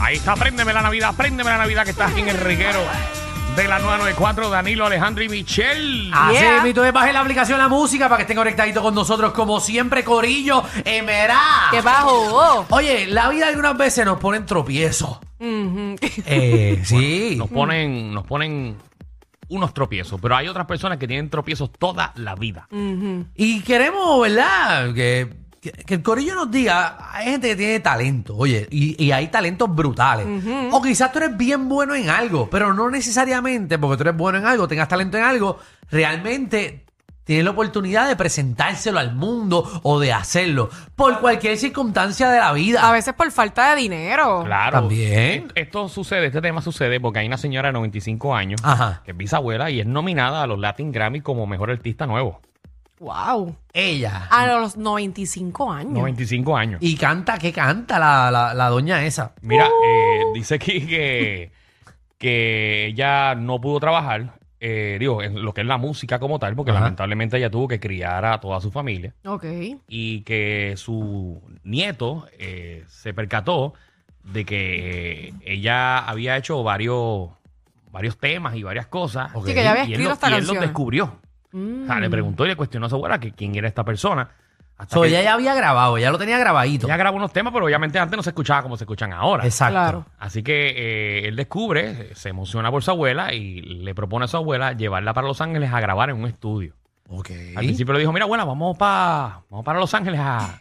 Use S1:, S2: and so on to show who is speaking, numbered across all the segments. S1: Ahí está, préndeme la Navidad, préndeme la Navidad que estás aquí en el reguero de la 994, Danilo, Alejandro y Michelle.
S2: Así
S3: Yeah.
S2: es, Vito, baje la aplicación La Música para que estén conectaditos con nosotros, como siempre, Corillo, Emerá.
S3: ¡Qué bajo! oh.
S2: Oye, la vida algunas veces nos ponen tropiezos. Eh, sí.
S1: Nos ponen, nos ponen unos tropiezos, pero hay otras personas que tienen tropiezos toda la vida.
S2: Mm. Y queremos, ¿verdad? Que, que- que el Corillo nos diga, hay gente que tiene talento, oye, y, y hay talentos brutales. O quizás tú eres bien bueno en algo, pero no necesariamente porque tú eres bueno en algo, tengas talento en algo, realmente tienes la oportunidad de presentárselo al mundo o de hacerlo por cualquier circunstancia de la vida.
S3: A veces por falta de dinero.
S1: Claro.
S2: También.
S1: Est- Esto sucede, este tema sucede porque hay una señora de 95 años
S2: Ajá.
S1: que es bisabuela y es nominada a los Latin Grammy como mejor artista nuevo.
S3: ¡Wow!
S2: Ella.
S3: A los 95 años.
S1: 95 años.
S2: Y canta, ¿qué canta la, la- la doña esa?
S1: Mira, eh, dice aquí que, que ella no pudo trabajar, eh, digo, en lo que es la música como tal, porque
S2: Ajá.
S1: lamentablemente ella tuvo que criar a toda su familia
S3: Ok.
S1: y que su nieto eh, se percató de que eh, ella había hecho varios, varios temas y varias cosas.
S2: Ok. Mm.
S3: Sí, que ya había
S1: Y él
S3: escrito
S1: lo-
S3: esta
S1: y él los
S3: canción.
S1: descubrió. O
S3: Mm.
S2: Ah,
S1: sea, le preguntó y le cuestionó a su abuela que quién era esta persona. Hasta
S2: So,
S1: que
S2: ella ya había grabado, ya lo tenía grabadito.
S1: ella grabó unos temas, pero obviamente antes no se escuchaba como se escuchan ahora.
S2: Exacto.
S3: Claro.
S1: Así que eh, él descubre, se emociona por su abuela y le propone a su abuela llevarla para Los Ángeles a grabar en un estudio.
S2: Ok.
S1: Al principio le dijo, mira, abuela, vamos, pa, vamos para Los Ángeles. a-".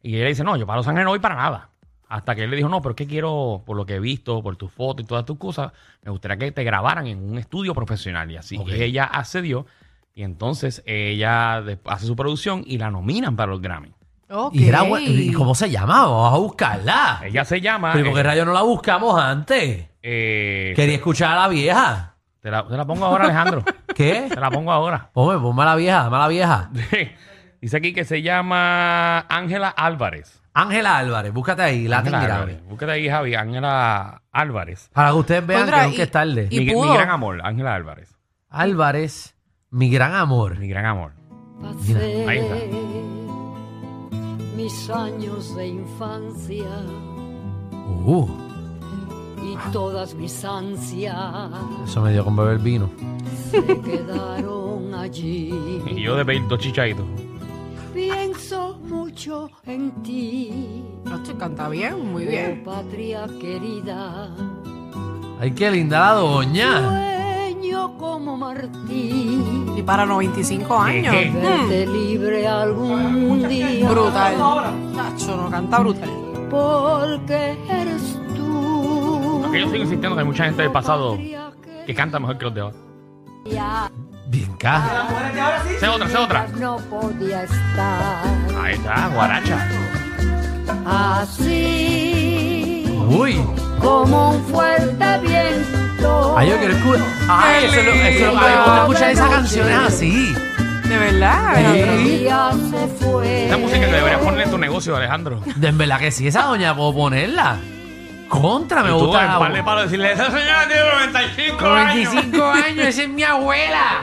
S1: Y ella dice, no, yo para Los Ángeles no voy para nada. Hasta que él le dijo, no, pero es que quiero, por lo que he visto, por tus fotos y todas tus cosas, me gustaría que te grabaran en un estudio profesional. Y así
S2: Ok.
S1: ella accedió. Y entonces ella de- hace su producción y la nominan para los Grammy.
S3: Ok.
S2: Y, era bu- ¿y cómo se llama? Vamos a buscarla.
S1: Ella se llama...
S2: Pero ¿y por qué
S1: eh,
S2: rayos no la buscamos antes?
S1: eh,
S2: Quería escuchar a la vieja.
S1: te, la, te la pongo ahora, Alejandro.
S2: ¿Qué?
S1: te la pongo ahora.
S2: Hombre, ponme a la vieja, dame a la vieja.
S1: Dice aquí que se llama Ángela Álvarez.
S2: Ángela Álvarez, búscate ahí, la
S1: Ángela
S2: grave.
S1: Álvarez. Búscate ahí, Javi. Ángela Álvarez.
S2: Para que ustedes vean
S3: Contra,
S2: que nunca
S3: y-
S2: es tarde.
S3: y-
S1: Mi, mi
S3: pudo.
S1: gran amor, Ángela Álvarez.
S2: Álvarez, mi gran amor.
S1: Mi gran amor.
S2: Mira,
S4: Pasé
S1: ahí está.
S4: mis años de infancia
S2: Uh,
S4: y todas mis ansias
S2: eso me dio con beber vino.
S4: se quedaron allí.
S1: Y yo de pedir dos chichaditos.
S4: Pienso mucho en ti,
S3: No, chico, canta bien, muy
S4: oh
S3: bien.
S4: patria querida.
S2: Ay, qué linda la
S1: Ah.
S2: doña.
S4: Sueño como Martí,
S3: Y para 95 años.
S1: ¿Qué? Mm.
S4: verte libre
S1: Ah,
S4: algún día.
S3: Brutal. Chacho, no canta brutal.
S4: Porque eres tú.
S1: Porque yo sigo insistiendo que hay mucha gente del pasado
S4: patria
S1: que canta mejor que los de ahora.
S4: querida.
S2: Bien caja.
S1: Sé otra, sé otra.
S4: No podía estar
S1: Ahí está, guaracha.
S4: así
S2: Uy.
S4: como un fuerte viento.
S2: Ay, Ah, yo quiero escuchar. Ay, eso es lo eso es lo- a mí me gusta escuchar esas canciones así.
S3: De verdad, Alejandro.
S2: Sí.
S4: Ya se fue.
S2: Eh.
S1: Esa música que deberías poner en tu negocio, Alejandro.
S2: De en verdad que sí, esa doña puedo ponerla. Contra, me
S1: Y tú,
S2: gusta.
S1: en
S2: la-
S1: par de palos, decirle, esa señora tiene 95 años.
S2: 95 años, esa es mi abuela.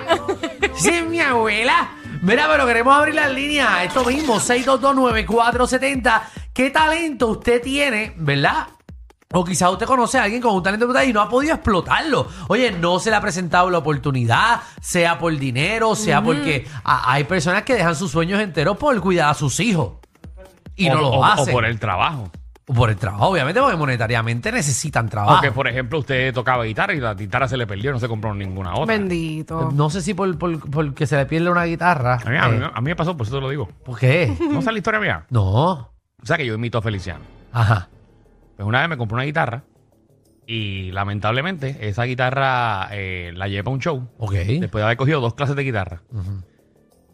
S2: Esa es mi abuela. Mira, pero queremos abrir las líneas. a Esto mismo, 6229470. ¿Qué talento usted tiene, verdad? O quizás usted conoce a alguien con un talento brutal y no ha podido explotarlo. Oye, no se le ha presentado la oportunidad, sea por dinero, sea porque a- hay personas que dejan sus sueños enteros por cuidar a sus hijos. Y
S1: O-
S2: no
S1: o-
S2: lo hacen.
S1: O por el trabajo.
S2: O por el trabajo, obviamente, porque monetariamente necesitan trabajo.
S1: Porque, por ejemplo, usted tocaba guitarra y la guitarra se le perdió, no se compró ninguna otra.
S3: Bendito.
S2: No sé si por, por, por que se le pierde una guitarra.
S1: A mí, a mí-
S2: Eh,
S1: a mí me pasó, por eso te lo digo.
S2: ¿Por qué?
S1: ¿No sale la historia mía?
S2: No.
S1: O sea, que yo imito a Feliciano.
S2: Ajá.
S1: Pues una vez me compré una guitarra y lamentablemente esa guitarra eh, la llevé para un show.
S2: Ok.
S1: Después de haber cogido dos clases de guitarra.
S2: Ujú.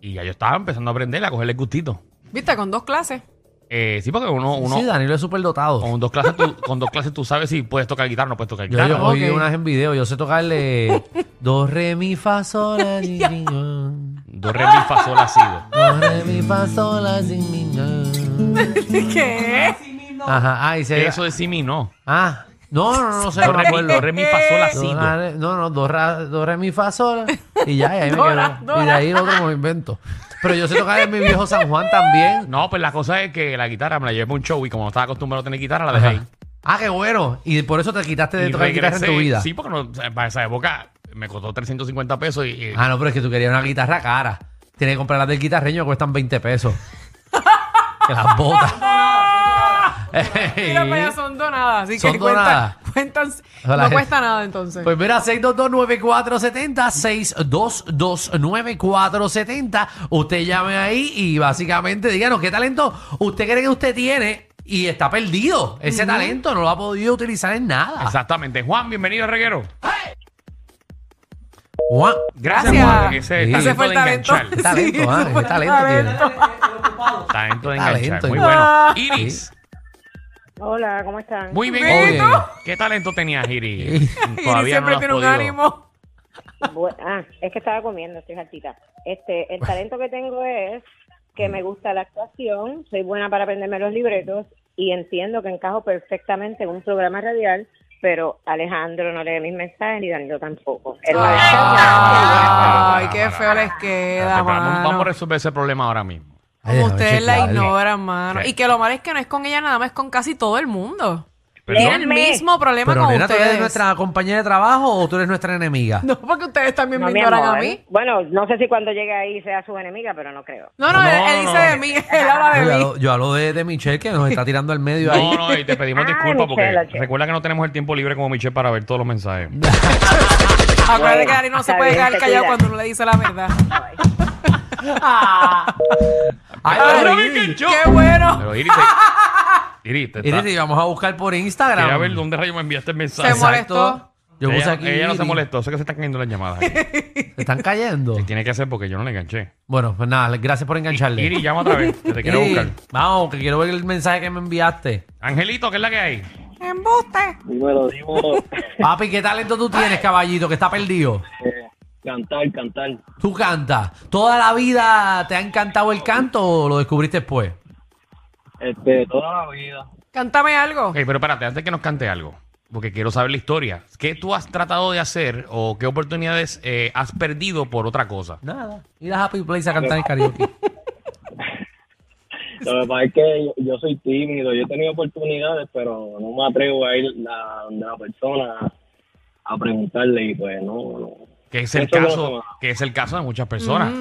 S1: Y ya yo estaba empezando a aprender, a cogerle el gustito.
S3: Viste, con dos clases.
S1: Eh, sí, porque uno, uno
S2: Sí, Danilo es súper dotado.
S1: con dos clases tú, con dos clases tú sabes si puedes tocar guitarra o no puedes tocar
S2: Yo,
S1: guitarra.
S2: yo
S3: Claro,
S2: oí
S3: ok.
S2: unas en video, yo sé tocarle do, re, mi, fa, sol, la, si, mi, do.
S1: Dos re mi fa sol ha sido.
S2: Do, re, mi, fa, sol, la, si, mi, do.
S3: ¿Qué?
S2: Ajá, ay, se...
S1: Eso de sí mi no.
S2: Ah, no, no, no, no sé,
S1: Do
S2: no me
S1: re mi, do
S2: acuerdo.
S1: re mi fa sol ha
S2: Do,
S1: sido.
S2: la, re- no, no, do, ra- do, re, mi, fa, sol. Y ya, y ahí me
S3: Do,
S2: quedo.
S3: ra, do,
S2: Y de
S3: ra.
S2: ahí lo otro me lo invento. Pero yo sé tocar en mi viejo San Juan también.
S1: No, pues la cosa es que la guitarra me la llevé para un show y como no estaba acostumbrado a tener guitarra, la dejé
S2: Ajá.
S1: ahí.
S2: Ah, qué bueno. Y por eso te quitaste de
S1: Y
S2: tocar guitarra en tu
S1: regresé.
S2: vida.
S1: Sí, porque no, o sea, para esa época me costó 350 pesos y, y-
S2: Ah, no, pero es que tú querías una guitarra cara. Tienes que comprar las del guitarreño que cuestan 20 pesos. que las botas.
S3: Mira, pues ya son donadas, así
S2: Son
S3: que cuentan-
S2: donadas.
S3: cuentan-
S2: Ojalá
S3: no
S2: gente-
S3: cuesta nada entonces.
S2: Pues mira, 6229470, 6229470. Usted llame ahí y básicamente díganos qué talento usted cree que usted tiene y está perdido. Ese talento no lo ha podido utilizar en nada.
S1: Exactamente. Juan, bienvenido al reguero.
S2: Juan,
S1: Gracias,
S3: Gracias.
S1: Juan. Ese
S2: Sí.
S3: Ese
S1: talento
S3: fue
S1: de
S3: el talento.
S1: enganchar.
S2: Qué talento,
S3: ese
S2: madre,
S3: fue
S2: qué
S3: el
S2: talento
S1: Talento de
S2: Talento,
S1: enganchar. Muy
S2: hijo.
S1: bueno.
S3: Ah.
S1: Iris.
S5: Hola, ¿cómo están?
S1: Muy bien.
S3: Muy
S1: Iris.
S3: bien.
S1: ¿Qué talento tenías, Iris?
S2: Iris
S3: Y
S1: Todavía
S3: siempre
S1: no lo has
S3: tiene un
S1: podido.
S3: ánimo.
S5: Bu- ah, es que estaba comiendo, estoy jaltita. Este, el talento que tengo es
S1: Mm.
S5: que me gusta la actuación, soy buena para aprenderme los libretos y entiendo que encajo perfectamente en un programa radial, pero Alejandro no lee mis mensajes ni Danilo tampoco. Es la
S1: Ah.
S3: Ay, qué feo les queda,
S1: Espera, vamos, vamos a
S3: mano.
S1: resolver ese problema ahora mismo.
S2: Ay,
S3: Como
S2: déjame
S3: ustedes la
S2: chequearle.
S3: ignoran, mano.
S1: Sí.
S3: Y que lo malo es que no es con ella nada más, es con casi todo el mundo.
S1: Perdón.
S3: Tienen el mismo problema
S2: Pero
S3: con
S2: nena, ¿tú
S3: ustedes.
S2: eres nuestra compañera de trabajo o tú eres nuestra enemiga?
S3: No, porque ustedes también
S5: No,
S3: me
S5: mi
S3: ignoran a
S5: amor.
S3: mí.
S5: Bueno, no sé si cuando llegue ahí sea su enemiga, pero no creo.
S3: No, no,
S1: No,
S3: él, él
S1: no,
S3: dice
S1: no.
S3: de mí, él habla
S2: Yo
S3: de mí.
S2: hablo, yo hablo de, de Michelle que nos está tirando al medio ahí.
S1: No, no, y te pedimos
S5: Ah,
S1: disculpas porque
S5: Michelle, Michelle.
S1: recuerda que no tenemos el tiempo libre como Michelle para ver todos los mensajes.
S3: Acuérdate que
S5: Bueno,
S3: Ari no se
S5: está
S3: puede
S5: bien,
S3: quedar
S5: te
S3: callado
S5: cuidas.
S3: cuando uno le dice la verdad.
S2: Ay,
S3: Ay,
S1: Ah,
S2: pero
S3: no me
S2: Iris,
S3: ¡Qué bueno!
S1: Pero Iris, te, Iris, te está-
S2: Iris, y vamos a buscar por
S1: quería
S2: Instagram.
S1: ver dónde rayo me enviaste el mensaje.
S3: Se molestó.
S2: Yo puse
S1: ella,
S2: aquí.
S1: ella no se
S2: Iris.
S1: molestó, sé que se están cayendo las llamadas. aquí.
S2: ¿Se están cayendo?
S1: Sí, tiene que ser porque yo no le enganché.
S2: Bueno, pues nada, gracias por engancharle.
S1: Iris, llama otra vez, que te quiero
S2: Iris,
S1: buscar.
S2: Vamos, que quiero ver el mensaje que me enviaste.
S1: Angelito, ¿qué es la que hay?
S3: ¡Embuste!
S6: Dímelo, dímelo.
S2: Papi, ¿qué talento tú tienes, caballito, que está perdido?
S6: Eh, cantar, cantar.
S2: Tú cantas. ¿Toda la vida te ha encantado el canto o lo descubriste después?
S6: Este, toda la vida.
S3: Cántame algo.
S1: Ok, pero espérate, antes que nos cante algo, porque quiero saber la historia. ¿Qué tú has tratado de hacer o qué oportunidades eh, has perdido por otra cosa?
S2: Nada. Ir a Happy Place a cantar en karaoke.
S6: Lo que pasa es que yo, yo soy tímido. Yo he tenido oportunidades, pero no me atrevo a ir a donde la persona a preguntarle y pues no, no.
S1: Que es el
S6: Eso no se
S1: caso,
S6: va.
S1: que es el caso de muchas personas.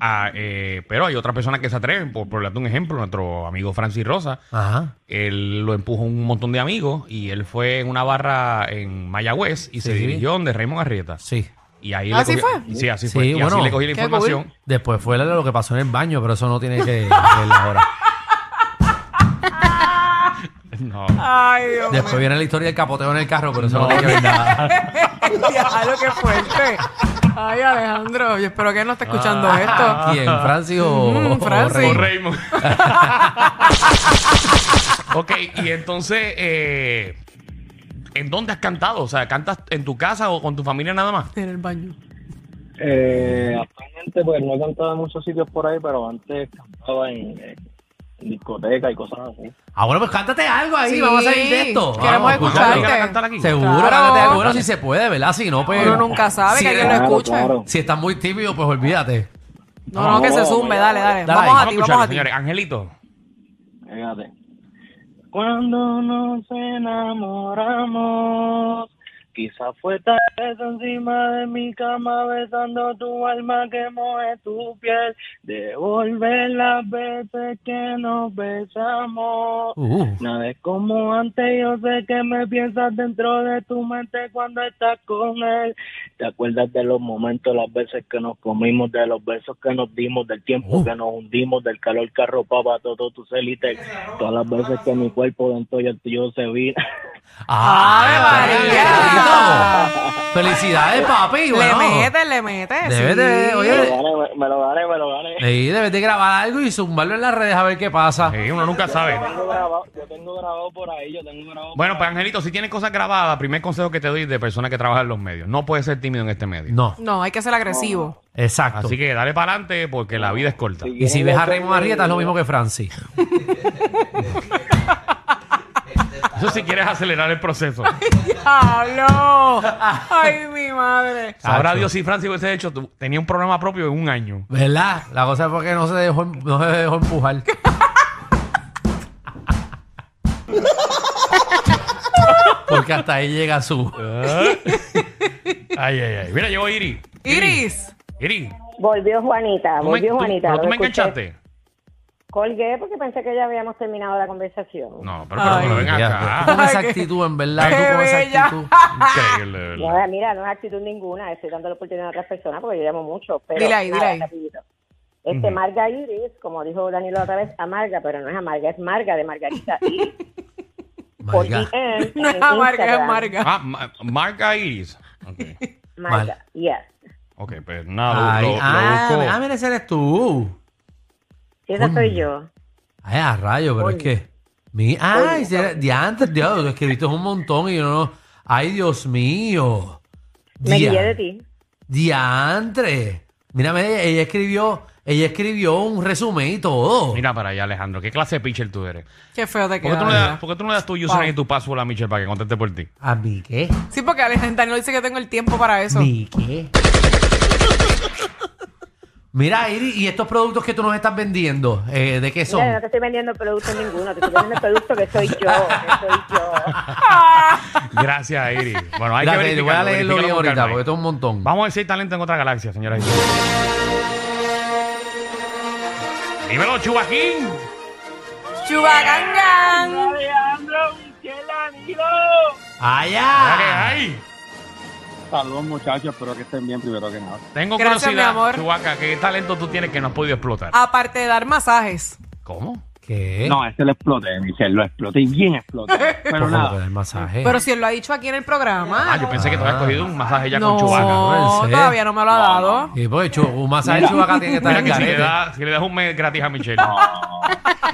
S1: Ah, eh, pero hay otras personas que se atreven, por, por darte un ejemplo, nuestro amigo Francis Rosa,
S2: Ajá.
S1: él lo empujó un montón de amigos y él fue en una barra en Mayagüez y se
S2: Sí.
S1: dirigió donde Raymond Arrieta.
S2: Sí.
S1: Y ahí
S3: ¿Así
S1: le cogió-
S3: fue?
S1: Sí, así
S2: Sí,
S1: fue. Y así
S2: bueno.
S1: le cogí la
S3: Qué
S1: información.
S2: Después fue lo que pasó en el baño, pero eso no tiene que ver ahora.
S1: No.
S3: Ay, Dios mío.
S2: Después viene la historia del capoteo en el carro, pero eso
S1: No.
S2: no, tiene que ver nada.
S3: Ya, lo que fuerte. Ay, Alejandro, yo espero que él no esté escuchando
S2: Ah.
S3: esto.
S2: ¿Quién? ¿Francis o,
S3: Mm,
S2: o
S3: Francis.
S2: Rey?
S1: O Raymond. ok, y entonces, eh, ¿en dónde has cantado? O sea, ¿cantas en tu casa o con tu familia nada más?
S3: En el baño.
S6: Eh, actualmente pues no he cantado en muchos sitios por ahí, pero antes cantaba en, eh, en discoteca y cosas así.
S2: Ah, bueno, pues cántate algo ahí,
S3: Sí.
S2: vamos a salir de esto.
S3: Queremos
S2: Vamos,
S1: ¿Tú
S3: escucharte.
S1: sabes llegar a cantar aquí?
S2: Seguro,
S3: Claro.
S2: cántate algo. Bueno, si se puede, ¿verdad? Si no, pues.
S3: Uno nunca sabe
S2: Sí,
S3: que alguien lo
S2: claro,
S3: escuche.
S2: Si estás muy tímido, pues olvídate.
S3: No, no, que se zumbe, dale, dale.
S2: Dale,
S3: Vamos
S1: Vamos
S3: a ti,
S1: a
S3: vamos
S1: escucharlo,
S3: a ti.
S1: señores. Angelito.
S6: Fíjate. Cuando nos enamoramos, quizás fue tal vez encima de mi cama besando tu alma que moje tu piel, de volver las veces que nos besamos.
S2: Uh.
S6: Nada es como antes, yo sé que me piensas dentro de tu mente cuando estás con él. ¿Te acuerdas de los momentos, las veces que nos comimos, de los besos que nos dimos, del tiempo
S2: Uh.
S6: que nos hundimos, del calor que arropaba todo tu celite? Todas las veces que mi cuerpo dentro del tuyo se vino.
S2: ¡Ave María!
S3: María!
S2: Benito! ¡Felicidades, papi!
S3: Le
S2: Bueno,
S3: mete, le mete.
S2: Debes
S3: sí.
S2: de,
S6: Me lo
S2: oye,
S6: gané, me- me lo gané, me lo gané.
S2: ey, debes de grabar algo y zumbarlo en las redes a ver qué pasa.
S1: Sí, Eh, uno nunca sabe.
S6: Yo tengo grabado- Yo tengo grabado por ahí, yo tengo grabado
S1: Bueno,
S6: por
S1: pues Angelito, si tienes cosas grabadas, primer consejo que te doy de persona que trabaja en los medios. No puedes ser tímido en este medio.
S2: No,
S3: No, hay que ser agresivo.
S2: exacto.
S1: Así que dale para adelante porque la vida es corta.
S6: Sí.
S2: y si ves a Raymond Arrieta es lo mismo que Francis.
S1: Eso si quieres acelerar el proceso.
S3: ¡Diablo! ¡Ay, mi madre!
S1: Sabrá
S2: Sacho.
S1: Dios si Francis hubiese hecho, tu- tenía un programa propio en un año.
S2: ¿Verdad? La cosa es porque no se dejó, no se dejó empujar. porque hasta ahí llega su...
S1: Ah. Ay, ay, ay. Mira, llegó Iri.
S3: Iris.
S1: Iri.
S5: Volvió Juanita,
S1: tú me-
S5: volvió
S1: tú-
S5: Juanita.
S1: pero
S5: lo
S1: tú me
S5: escuché.
S1: enganchaste.
S5: Colgué porque pensé que ya habíamos terminado la conversación.
S1: No, pero, pero,
S3: Ay.
S1: pero ven
S2: Mira,
S1: acá.
S2: tú Con esa
S3: Ay, qué-
S2: actitud, en verdad.
S3: qué
S2: Tú con esa
S3: bella.
S2: actitud.
S1: Increíble, de verdad.
S5: No, mira, no es actitud ninguna, estoy dando la oportunidad a otras personas porque yo llamo mucho. Pero
S3: Dile ahí,
S5: nada,
S3: dile ahí.
S5: rapidito. Este Marga Iris, como dijo Danilo otra vez, amarga, pero no es amarga, es marga de Margarita Iris. por
S2: Marga.
S5: DM en
S3: No es amarga, es
S5: Instagram.
S3: amarga.
S1: Ah, Ma- Marca Iris. Ok.
S5: Marga, yes.
S1: Ok, pues nada,
S2: Ay,
S1: lo, lo- lo
S2: ah,
S1: busco.
S2: ah, mira, ese eres tú.
S5: Sí, esa soy yo.
S2: Ay, a rayo, pero es que. Mi, ay, si era- diantres, diablo, lo escribiste un montón y yo no. Ay, Dios mío.
S5: Me
S2: Dia-
S5: guié de ti.
S2: Diantre. Mírame, ella, ella escribió, ella escribió un resumen y todo.
S1: Mira para allá, Alejandro. ¿Qué clase de pitcher tú eres?
S3: Qué feo te
S1: Ah. ¿Por qué
S3: queda.
S1: tú no le das,
S3: ¿verdad?
S1: por qué tú no le das tu username
S3: Wow.
S1: y tu password a Michelle para que conteste por ti?
S2: ¿A mí qué?
S3: Sí, porque Alejandra no dice que tengo el tiempo para eso.
S2: ¿Mi qué? Mira, Iri, y estos productos que tú nos estás vendiendo, eh, ¿de qué son?
S5: Mira, no te estoy vendiendo productos ninguno, te estoy vendiendo productos que soy yo, que soy yo.
S1: Gracias, Iris. Bueno, hay
S2: Mira,
S1: que
S2: te- te voy a
S1: verificarlo,
S2: leerlo
S1: verifícalo
S2: bien
S1: con
S2: ahorita,
S1: calma.
S2: porque esto es un montón.
S1: Vamos a ver si hay talento en otra galaxia, señoras y señores. Dímelo, Chubaquín.
S3: ¡Chubacangan!
S6: Alejandro Michel Danilo.
S3: Ah.
S1: Mira que
S2: ¡Allá!
S1: hay.
S6: Saludos muchachos, espero que estén bien primero que nada.
S1: Tengo
S3: Gracias,
S1: curiosidad,
S3: mi amor. Ah.
S1: Chubaca, ¿qué talento tú tienes que no has podido explotar?
S3: Aparte de dar masajes.
S1: ¿Cómo?
S2: ¿Qué?
S6: No, este lo exploté, Michelle, lo exploté y bien exploté. Pero
S2: Por favor,
S6: nada,
S2: el masaje.
S3: Pero si él lo ha dicho aquí en el programa.
S1: Ah, yo pensé que tú habías cogido un masaje ya
S3: no,
S1: con Chubaca.
S2: ¿no? En serio.
S3: todavía no me lo ha dado.
S2: Y pues, chu- un masaje de Chubaca tiene que estar
S1: Mira
S2: en
S1: que si le,
S2: garete.
S1: das, si le das un mes gratis a Michelle.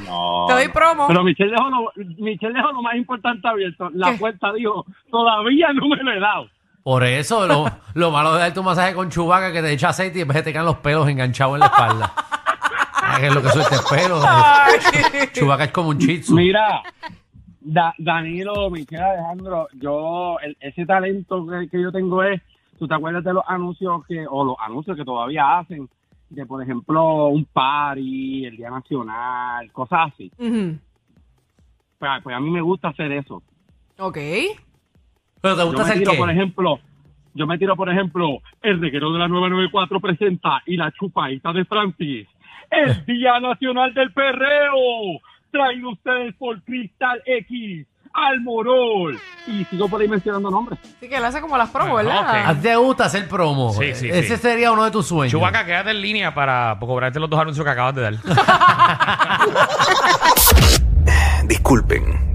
S6: no.
S3: Te doy promo.
S6: Pero Michelle dejó, lo, Michelle dejó lo más importante abierto. La puerta dijo, todavía no me lo he dado.
S2: Por eso, lo, lo malo de darte un masaje con Chubaca que te echa aceite y después te quedan los pelos enganchados en la espalda. Ah, que es lo que suelta el pelo. Chubaca es como un chitsu.
S6: Mira, Da- Danilo, Michelle, Alejandro, yo, el- ese talento que, que yo tengo es, ¿tú te acuerdas de los anuncios que, o los anuncios que todavía hacen? De, por ejemplo, un party, el Día Nacional, cosas así.
S3: Ujú.
S6: Pues, pues a mí me gusta hacer eso.
S3: Ok.
S2: Pero te
S6: Yo
S2: gusta
S6: me
S2: hacer
S6: tiro, por
S2: qué?
S6: ejemplo, yo me tiro, por ejemplo, el reguero de la 994 presenta y la chupaita de Francis. El Día Nacional del Perreo, traído ustedes por Cristal X, Almorol. Y sigo por ahí mencionando nombres.
S3: Así que él hace como las promos,
S1: Bueno,
S3: ¿verdad?
S2: ¿A ti te gusta hacer promo?
S1: Sí, sí, sí.
S2: Ese sería uno de tus sueños.
S1: Chubaca, quédate en línea para cobrarte los dos anuncios que acabas de dar.
S7: disculpen.